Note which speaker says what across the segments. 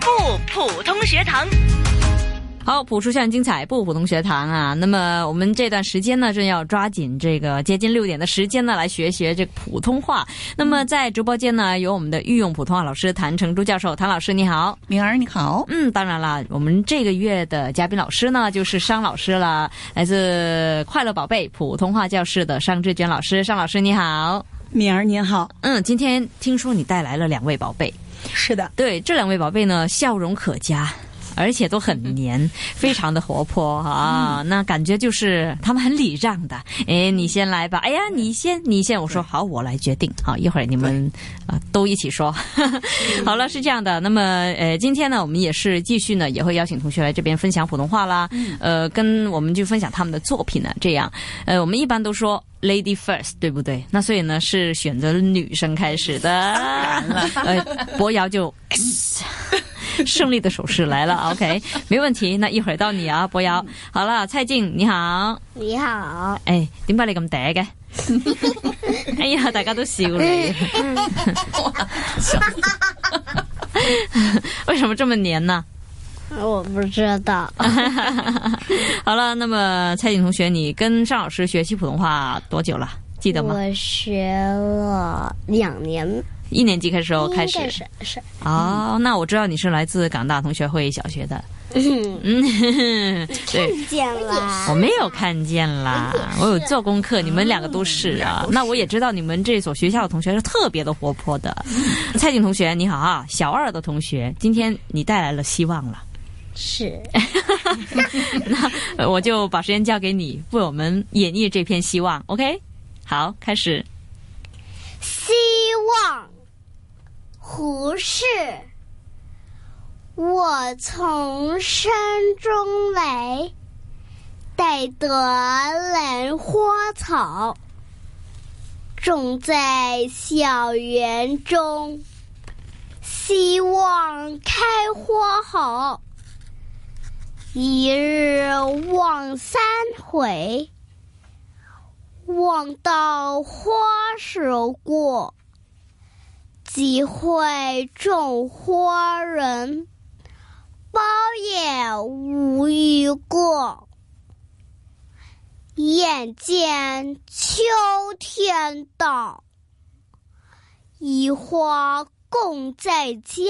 Speaker 1: 普通学堂。
Speaker 2: 好，普出校园精彩不普通学堂啊！那么我们这段时间呢，正要抓紧这个接近六点的时间呢，来学学这个普通话。那么在直播间呢，有我们的御用普通话老师谭成珠教授，谭老师你好。
Speaker 3: 敏儿你好，
Speaker 2: 嗯，当然啦，我们这个月的嘉宾老师呢，就是商老师了，来自快乐宝贝普通话教室的商志娟老师。商老师你好，
Speaker 3: 敏儿您好，
Speaker 2: 嗯，今天听说你带来了两位宝贝，
Speaker 3: 是的，
Speaker 2: 对，这两位宝贝呢，笑容可嘉。而且都很黏，非常的活泼啊！那感觉就是他们很礼让的。哎，你先来吧。哎呀，你先，你先。我说好，我来决定。好，一会儿你们啊、呃都一起说。 好了，是这样的。那么呃，今天呢，我们也是继续呢，也会邀请同学来这边分享普通话啦。呃，跟我们去分享他们的作品呢、这样，呃，我们一般都说 lady first，对不对？那所以呢，是选择女生开始的。 呃，博瑶就。胜利的手势来 了，OK，没问题。那一会儿到你啊，博瑶。好啦，蔡静你好，
Speaker 4: 你好，
Speaker 2: 诶，點解你咁嗲嘅？ 哎呀，大家都笑你， 为什么这么黏呢？
Speaker 4: 我不知道，
Speaker 2: 好了，那么蔡静同学，你跟尚老师学习普通话多久了？记得吗？
Speaker 4: 我学了两年，
Speaker 2: 一年级开始哦，开始
Speaker 4: 应该是是，
Speaker 2: 哦，那我知道你是来自港大同学会小学的，
Speaker 4: 嗯，
Speaker 2: 嗯， 对，哦
Speaker 4: 见了，
Speaker 2: 我没有看见啦， 我有做功课，你们两个都是啊。那我也知道你们这所学校的同学是特别的活泼的。 蔡景同学你好啊，小二的同学，今天你带来了希望了，
Speaker 4: 是
Speaker 2: 呃我就把时间交给你，为我们演绎这片希望。OK，好，开始。
Speaker 4: 希望，胡适。我从山中来，带得兰花草，种在小园中。希望开花好，一日望三回。望到花时过，即会种花人。包也无余过，眼见秋天到，移花共在家。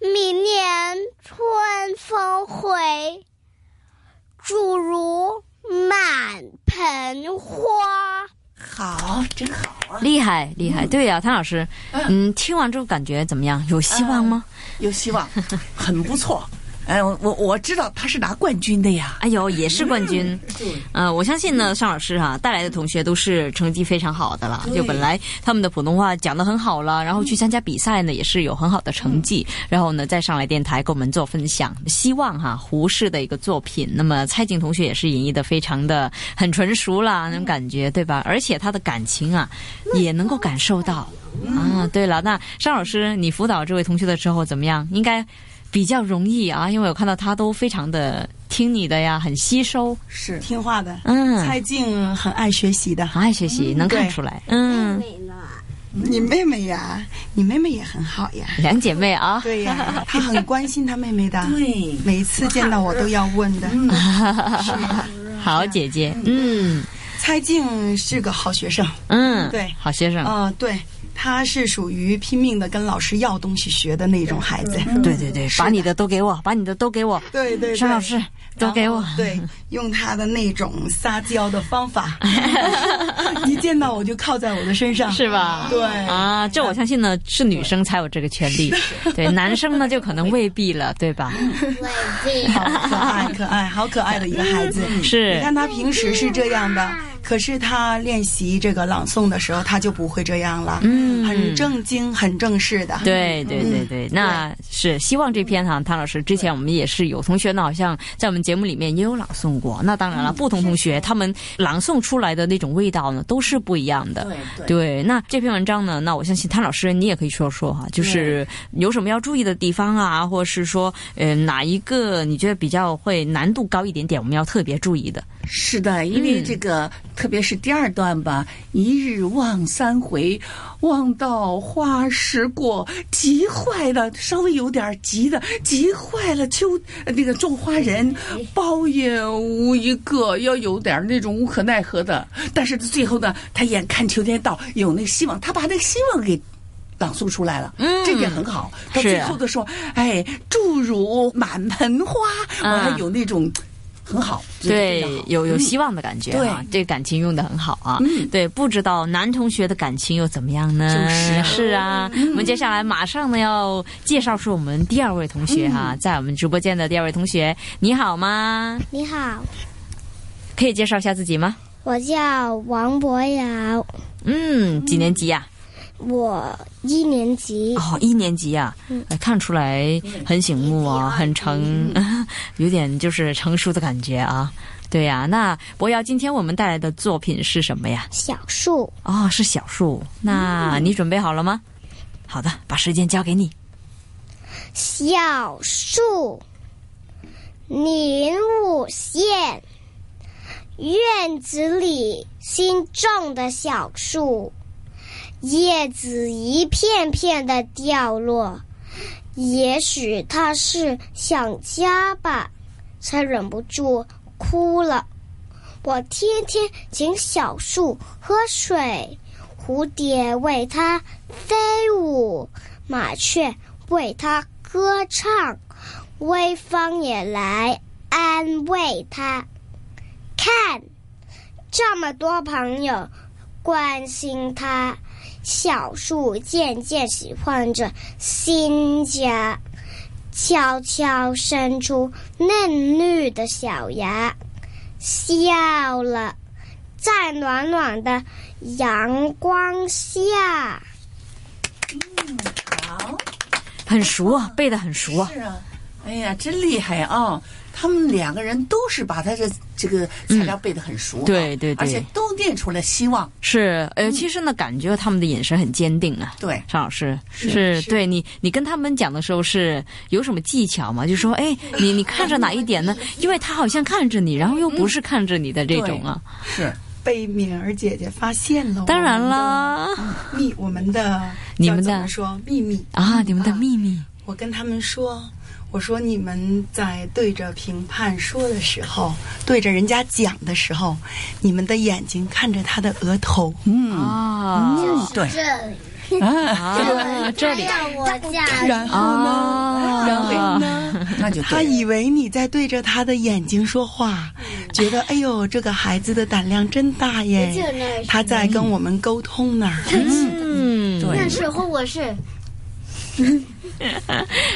Speaker 4: 明年春风回。诸如满盆花。
Speaker 3: 好，真好啊，
Speaker 2: 厉害厉害，对呀、谭老师，嗯，听完之后感觉怎么样？有希望吗？
Speaker 3: 有希望， 很不错。哎，我我我知道他是拿冠军的呀，
Speaker 2: 哎呦，也是冠军。呃，我相信呢，尚老师哈、带来的同学都是成绩非常好的啦。
Speaker 3: 对
Speaker 2: 就本来他们的普通话讲得很好了，然后去参加比赛呢，也是有很好的成绩。然后呢，再上来电台跟我们做分享，啊希望哈、胡适的一个作品。那么蔡静同学也是演绎的非常的很纯熟啦，那种感觉对吧？而且他的感情啊，也能够感受到。啊，对了，那尚老师，你辅导这位同学的时候怎么样？应该比较容易啊，因为我看到他都非常的听你的呀，很吸收，
Speaker 5: 是听话的。
Speaker 2: 嗯，
Speaker 5: 蔡静很爱学习的，
Speaker 2: 很爱学习，能看出来。嗯，
Speaker 4: 妹呢？
Speaker 5: 你妹妹呀，你妹妹也很好呀。
Speaker 2: 两姐妹啊，
Speaker 5: 对 呀，她很关心她妹妹的，
Speaker 3: 对
Speaker 5: 每一次见到我都要问的。
Speaker 2: 好姐姐，嗯
Speaker 5: 蔡静是个好学生，
Speaker 2: 嗯，
Speaker 5: 对
Speaker 2: 好学生，
Speaker 5: 嗯，对，她是属于拼命的跟老师要东西学的那种孩子。
Speaker 2: 对对对，把你的都给我，把你的都给我，
Speaker 5: 对对，
Speaker 2: 尚
Speaker 5: 对
Speaker 2: 老师都给我
Speaker 5: 然后，对，用她的那种撒娇的方 法，一见到我就靠在我的身上，
Speaker 2: 是吧？
Speaker 5: 对
Speaker 2: 啊，这我相信呢是女生才有这个权利，对男生呢就可能未必了，对吧？
Speaker 5: 嗯
Speaker 4: 妹
Speaker 5: 好可爱，可爱，好可爱的一个孩子。
Speaker 2: 是
Speaker 5: 你看他平时是这样的，可是他练习这个朗诵的时候，他就不会这样了。
Speaker 2: 嗯
Speaker 5: 很正经，很正式 的。，
Speaker 2: 对对对对，那是希望这篇哈、谭老师之前我们也是有同学呢，好像在我们节目里面也有朗诵过。那当然了，不同同学他们朗诵出来的那种味道呢，都是不一样的。
Speaker 3: 对
Speaker 2: 对，那这篇文章呢，那我相信谭老师你也可以说说哈、就是有什么要注意的地方啊，或者是说，呃，哪一个你觉得比较会难度高一点点，我们要特别注意的？嗯
Speaker 3: 是的，因为这个特别是第二段吧，“一日望三回，望到花时过”，急坏了，稍微有点急的，急坏了秋呃那个种花人，
Speaker 2: 哎
Speaker 3: 包也无一个，要有点那种无可奈何的。但是最后呢，他眼看秋天到，有那希望，他把那个希望给。朗诵出来了，
Speaker 2: 嗯
Speaker 3: 这点很好。到
Speaker 2: 是
Speaker 3: 最后的时候，哎，祝汝满门花，我
Speaker 2: 啊
Speaker 3: 还有那种很好，
Speaker 2: 对
Speaker 3: 觉得非常，好
Speaker 2: 有有
Speaker 3: 嗯
Speaker 2: 希望的感觉啊
Speaker 3: 对！
Speaker 2: 这个感情用的很好啊
Speaker 3: 嗯。
Speaker 2: 对，不知道男同学的感情又怎么样呢？
Speaker 3: 就是啊
Speaker 2: 是啊，我们接下来马上呢要介绍是我们第二位同学
Speaker 3: 嗯
Speaker 2: 哈，在我们直播间的第二位同学，你好吗？
Speaker 4: 你好，
Speaker 2: 可以介绍一下自己吗？
Speaker 4: 我叫王博瑶，
Speaker 2: 嗯，几年级呀、
Speaker 4: 我一年级。
Speaker 2: 哦，一年级啊，
Speaker 3: 嗯
Speaker 2: 哎看出来很醒目啊，很成，
Speaker 3: 啊
Speaker 2: 有点就是成熟的感觉啊。对呀、那博瑶，今天我们带来的作品是什么呀？
Speaker 4: 小树，
Speaker 2: 哦，是小树。那你准备好了吗？好的，把时间交给你。
Speaker 4: 小树，林舞现，院子里新种的小树，叶子一片片的掉落。也许它是想家吧，才忍不住哭了。我天天请小树喝水，蝴蝶为它飞舞，麻雀为它歌唱，微风也来安慰它。看，这么多朋友关心它，小树渐渐喜欢着新家，悄悄伸出嫩绿的小芽。笑了，在暖暖的阳光下。
Speaker 2: 很熟啊，背得很熟啊。
Speaker 3: 是啊，哎呀，真厉害啊！他们两个人都是把他的这个材料背得很熟啊、
Speaker 2: 对对对
Speaker 3: 而且都念出了希望。
Speaker 2: 是，呃，其实呢，感觉他们的眼神很坚定啊。
Speaker 3: 对
Speaker 2: 张老师是
Speaker 5: 是
Speaker 2: 对你，你跟他们讲的时候是有什么技巧吗？就说，哎，你你看着哪一点呢？因为他好像看着你，然后又不是看着你的这种啊。
Speaker 3: 是，
Speaker 5: 被敏儿姐姐发现了。
Speaker 2: 当然
Speaker 5: 了，
Speaker 2: 啦，
Speaker 5: 秘我们的
Speaker 2: 你们的
Speaker 5: 要怎么说秘密？
Speaker 2: 啊，你们的秘密
Speaker 5: 我跟他们说，我说你们在对着评判说的时候，对着人家讲的时候，你们的眼睛看着他的额头，
Speaker 3: 嗯，
Speaker 2: 啊
Speaker 3: 对，
Speaker 4: 这里，
Speaker 2: 啊，这里
Speaker 4: 让我讲
Speaker 5: 然后
Speaker 2: 啊
Speaker 5: 呢，然后呢，
Speaker 3: 那就
Speaker 5: 他
Speaker 3: 对了。
Speaker 5: 以为你在对着他的眼睛说话，觉得哎呦，这个孩子的胆量真大
Speaker 4: 就
Speaker 5: 耶，
Speaker 4: 那
Speaker 5: 他在跟我们沟通呢。
Speaker 2: 嗯，
Speaker 3: 对，
Speaker 4: 是或我是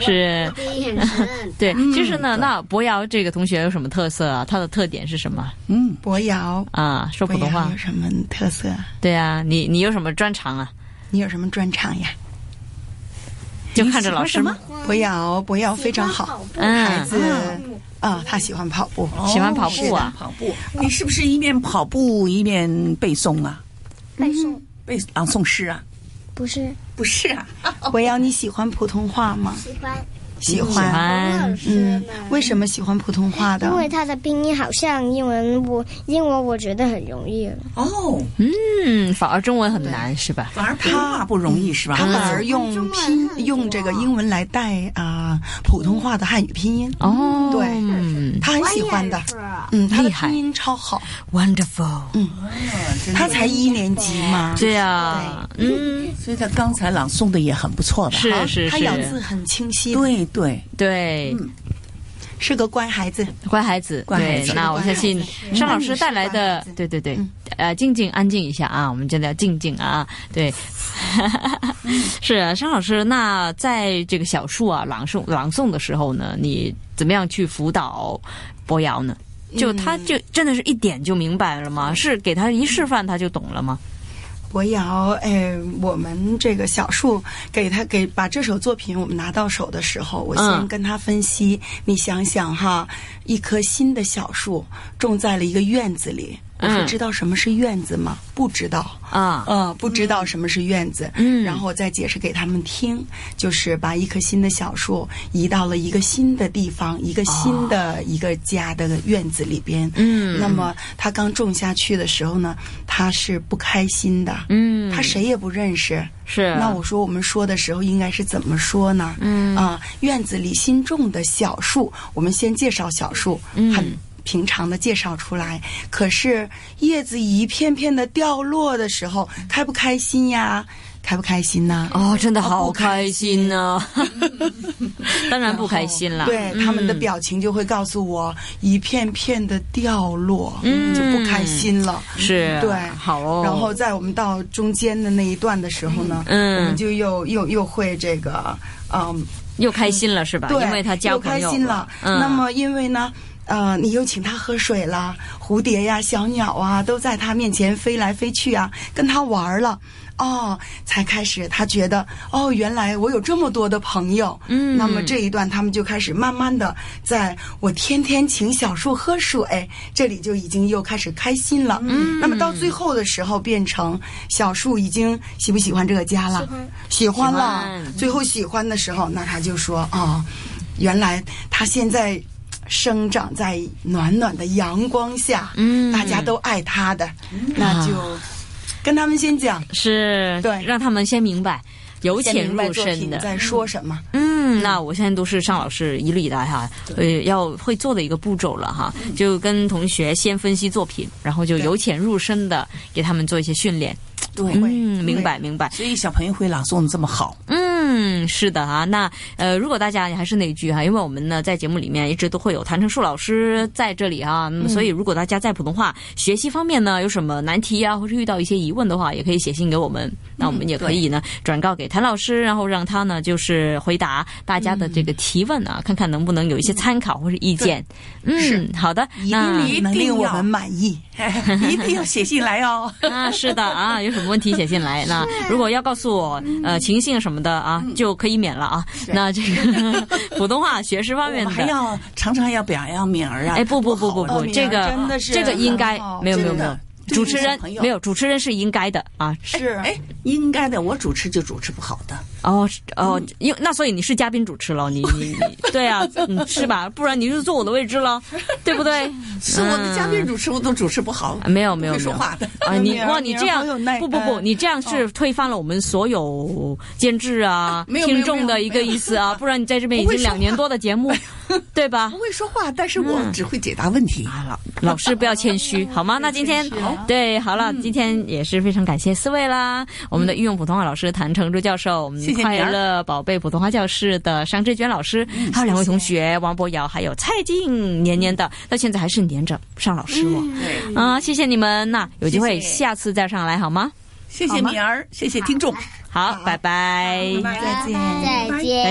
Speaker 2: 是。
Speaker 4: 第一眼神，
Speaker 2: 对，
Speaker 5: 嗯
Speaker 2: 其实呢，那博瑶这个同学有什么特色啊？他的特点是什么
Speaker 3: 嗯，
Speaker 5: 博瑶，
Speaker 2: 啊？说
Speaker 5: 博
Speaker 2: 普通
Speaker 5: 瑶
Speaker 2: 话
Speaker 5: 有。什么特色？
Speaker 2: 对啊，你你有什么专长啊？
Speaker 5: 你有什么专长呀？
Speaker 2: 就看着老师吗？
Speaker 5: 博瑶，博瑶非常好，孩
Speaker 2: 嗯，
Speaker 5: 子啊，他喜欢跑步。
Speaker 2: 喜欢跑
Speaker 3: 是
Speaker 2: 步啊
Speaker 3: 的哦跑步，你是不是一面跑步一面背诵啊？
Speaker 5: 嗯
Speaker 4: 背诵
Speaker 3: 背朗诵诗啊？
Speaker 4: 不是
Speaker 3: 不是啊，
Speaker 5: 博瑶，你喜欢普通话吗？
Speaker 4: 喜欢
Speaker 5: 喜
Speaker 2: 喜欢。
Speaker 5: 嗯，为什么喜欢普通话的？
Speaker 4: 因为它的拼音好像英文不，英文我觉得很容易了。
Speaker 3: 哦，
Speaker 2: 嗯，反而中文很难是吧？
Speaker 3: 反而普通话不容易是吧
Speaker 5: 他？
Speaker 2: 嗯
Speaker 5: 反而用拼用这个英文来带啊、普通话的汉语拼音，
Speaker 2: 哦，
Speaker 5: 对
Speaker 2: 嗯
Speaker 5: 他很喜欢的。嗯，他的
Speaker 2: 厉害
Speaker 5: 拼音超好，
Speaker 2: ，wonderful。
Speaker 5: 嗯他才一年级嘛，
Speaker 2: 对啊，嗯，
Speaker 3: 所以他刚才朗诵的也很不错的，
Speaker 2: 是
Speaker 3: 哈
Speaker 2: 是
Speaker 5: 他咬字嗯
Speaker 2: 是，
Speaker 5: 很清晰，，
Speaker 3: 对对，
Speaker 2: 对，
Speaker 5: 是个乖孩子。
Speaker 2: 乖孩子，
Speaker 3: 乖孩
Speaker 2: 对
Speaker 3: 子，
Speaker 2: 那我相信尚老师带来的
Speaker 5: 嗯，
Speaker 2: 对对对，呃，静静安静一下啊，我们真的要静静啊，对， 是啊，尚老师，那在这个小树啊朗诵朗诵的时候呢，你怎么样去辅导博瑶呢？就他就真的是一点就明白了吗？是给他一示范他就懂了吗？
Speaker 5: 博瑶，哎，我们这个小树给他给把这首作品我们拿到手的时候，我
Speaker 2: 嗯
Speaker 5: 先跟他分析。你想想哈，一棵新的小树种在了一个院子里，我说
Speaker 2: 嗯
Speaker 5: 知道什么是院子吗？不知道。
Speaker 2: 啊，
Speaker 5: 嗯，不知道什么是院子，
Speaker 2: 嗯
Speaker 5: 然后再解释给他们听，就是把一棵新的小树移到了一个新的地方，一个新的一个家的院子里边，
Speaker 2: 哦嗯
Speaker 5: 那么它刚种下去的时候呢，它是不开心的，
Speaker 2: 嗯
Speaker 5: 它谁也不认识，
Speaker 2: 是啊
Speaker 5: 那我说我们说的时候应该是怎么说呢？
Speaker 2: 嗯
Speaker 5: 啊，院子里新种的小树，我们先介绍小树，
Speaker 2: 嗯
Speaker 5: 很平常的介绍出来。可是叶子一片片的掉落的时候，开不开心呀？开不开心呢？
Speaker 2: 哦，真的好
Speaker 5: 不开
Speaker 2: 开心呢、 当然不开心啦，
Speaker 5: 对、他们的
Speaker 2: 嗯
Speaker 5: 表情就会告诉我，一片片的掉落，就不开心了。
Speaker 2: 嗯是
Speaker 5: 对，
Speaker 2: 好哦，
Speaker 5: 然后在我们到中间的那一段的时候呢，
Speaker 2: 嗯
Speaker 5: 我们就又又又会这个，嗯，
Speaker 2: 又开心了是吧？
Speaker 5: 对，
Speaker 2: 因为他交
Speaker 5: 又
Speaker 2: 朋
Speaker 5: 开
Speaker 2: 友
Speaker 5: 心了。
Speaker 2: 嗯，
Speaker 5: 那么因为呢，呃，你又请他喝水啦，蝴蝶呀、小鸟啊，都在他面前飞来飞去啊，跟他玩儿了。哦，才开始他觉得哦，原来我有这么多的朋友。
Speaker 2: 嗯
Speaker 5: 那么这一段他们就开始慢慢的，在我天天请小树喝水，这里就已经又开始开心了。嗯，那么到最后的时候，变成小树已经喜不喜欢这个家了？喜欢了。
Speaker 2: 喜欢
Speaker 5: 最后喜欢的时候，那他就说啊、原来他现在生长在暖暖的阳光下，
Speaker 2: 嗯
Speaker 5: 大家都爱他的，那就跟他们先讲，
Speaker 2: 是
Speaker 5: 对
Speaker 2: 让他们先明白，由
Speaker 5: 先
Speaker 2: 浅
Speaker 5: 明白
Speaker 2: 入
Speaker 5: 作
Speaker 2: 深
Speaker 5: 品
Speaker 2: 的。
Speaker 5: 在说什么。
Speaker 2: 嗯，那我现在都是尚老师一律以来哈，呃，要会做的一个步骤了哈，
Speaker 5: 嗯
Speaker 2: 就跟同学先分析作品，然后就由浅入深的给他们做一些训练。
Speaker 3: 对
Speaker 2: 嗯，明白明白。
Speaker 3: 所以小朋友会朗诵的这么好，
Speaker 2: 嗯，是的啊。那呃，如果大家还是那句哈、因为我们呢在节目里面一直都会有谭成树老师在这里啊，那么所以如果大家在普通话学习方面呢有什么难题啊，或是遇到一些疑问的话，也可以写信给我们，那我们也可以呢、转告给谭老师，然后让他呢就是回答大家的这个提问啊，看看能不能有一些参考或是意见。嗯，好的，
Speaker 5: 一
Speaker 2: 那
Speaker 5: 定能令我们满意。
Speaker 3: 一定要写信来哦。
Speaker 2: 啊，是 的啊，有什么问题写进来。那如果要告诉我呃情形什么的啊，
Speaker 3: 嗯
Speaker 2: 就可以免了啊。那这个 普通话学识方
Speaker 3: 我
Speaker 2: 面
Speaker 3: 们还
Speaker 2: 的，
Speaker 3: 要常常要表扬敏儿啊。
Speaker 2: 哎，不不不
Speaker 3: 好
Speaker 2: 不
Speaker 3: 啊
Speaker 2: 不，
Speaker 5: 敏儿
Speaker 2: 这个
Speaker 5: 真的是
Speaker 2: 这个应该
Speaker 5: 很好
Speaker 2: 没有没有
Speaker 3: 真
Speaker 2: 没
Speaker 3: 的
Speaker 2: 有，
Speaker 3: 对
Speaker 2: 主持
Speaker 3: 于小
Speaker 2: 人
Speaker 3: 朋友
Speaker 2: 没有主持人是应该的啊。
Speaker 5: 是，
Speaker 3: 哎，应该的，我主持就主持不好的。
Speaker 2: 哦是哦，因为那所以你是嘉宾主持了，你你你， 对啊，嗯是吧？不然你就坐我的位置了，对不对？
Speaker 3: 是我的嘉宾主持，我都主持不好
Speaker 2: 嗯啊，没有没有
Speaker 3: 会
Speaker 2: 没有
Speaker 3: 说话的。
Speaker 2: 啊，你
Speaker 5: 敏儿
Speaker 2: 哇，
Speaker 5: 敏
Speaker 2: 你
Speaker 5: 儿
Speaker 2: 这样
Speaker 5: 好有耐
Speaker 2: 不不不，
Speaker 5: 呃
Speaker 2: 你这样是推翻了我们所有监制
Speaker 3: 哦
Speaker 2: 啊、
Speaker 3: 没有
Speaker 2: 听
Speaker 3: 没有
Speaker 2: 众
Speaker 3: 没有
Speaker 2: 的一个意思 啊，不然你在这边已
Speaker 3: 不会
Speaker 2: 经两
Speaker 3: 说
Speaker 2: 年多的节目，对吧
Speaker 3: 不？会说 话，但是
Speaker 2: 嗯
Speaker 3: 我只会解答问题。
Speaker 2: 啊老老师不要谦虚，好吗？那今天哦对好了，
Speaker 3: 嗯
Speaker 2: 今天也是非常感谢四位啦，我们的御用普通话老师谭成珠教授，我们
Speaker 3: 谢谢啊
Speaker 2: 快
Speaker 3: 敏儿
Speaker 2: 乐宝贝普通话教室的商志娟老师，
Speaker 3: 嗯
Speaker 2: 还有两位同学王博瑶还有蔡静，黏黏的，到现在还是黏着尚老师我
Speaker 3: 对，
Speaker 2: 啊，谢谢你们，那有机会
Speaker 3: 嗯谢谢
Speaker 2: 下次再上来好吗？
Speaker 3: 谢谢敏儿，谢谢听众。
Speaker 2: 好，拜拜。
Speaker 4: 再见，再见。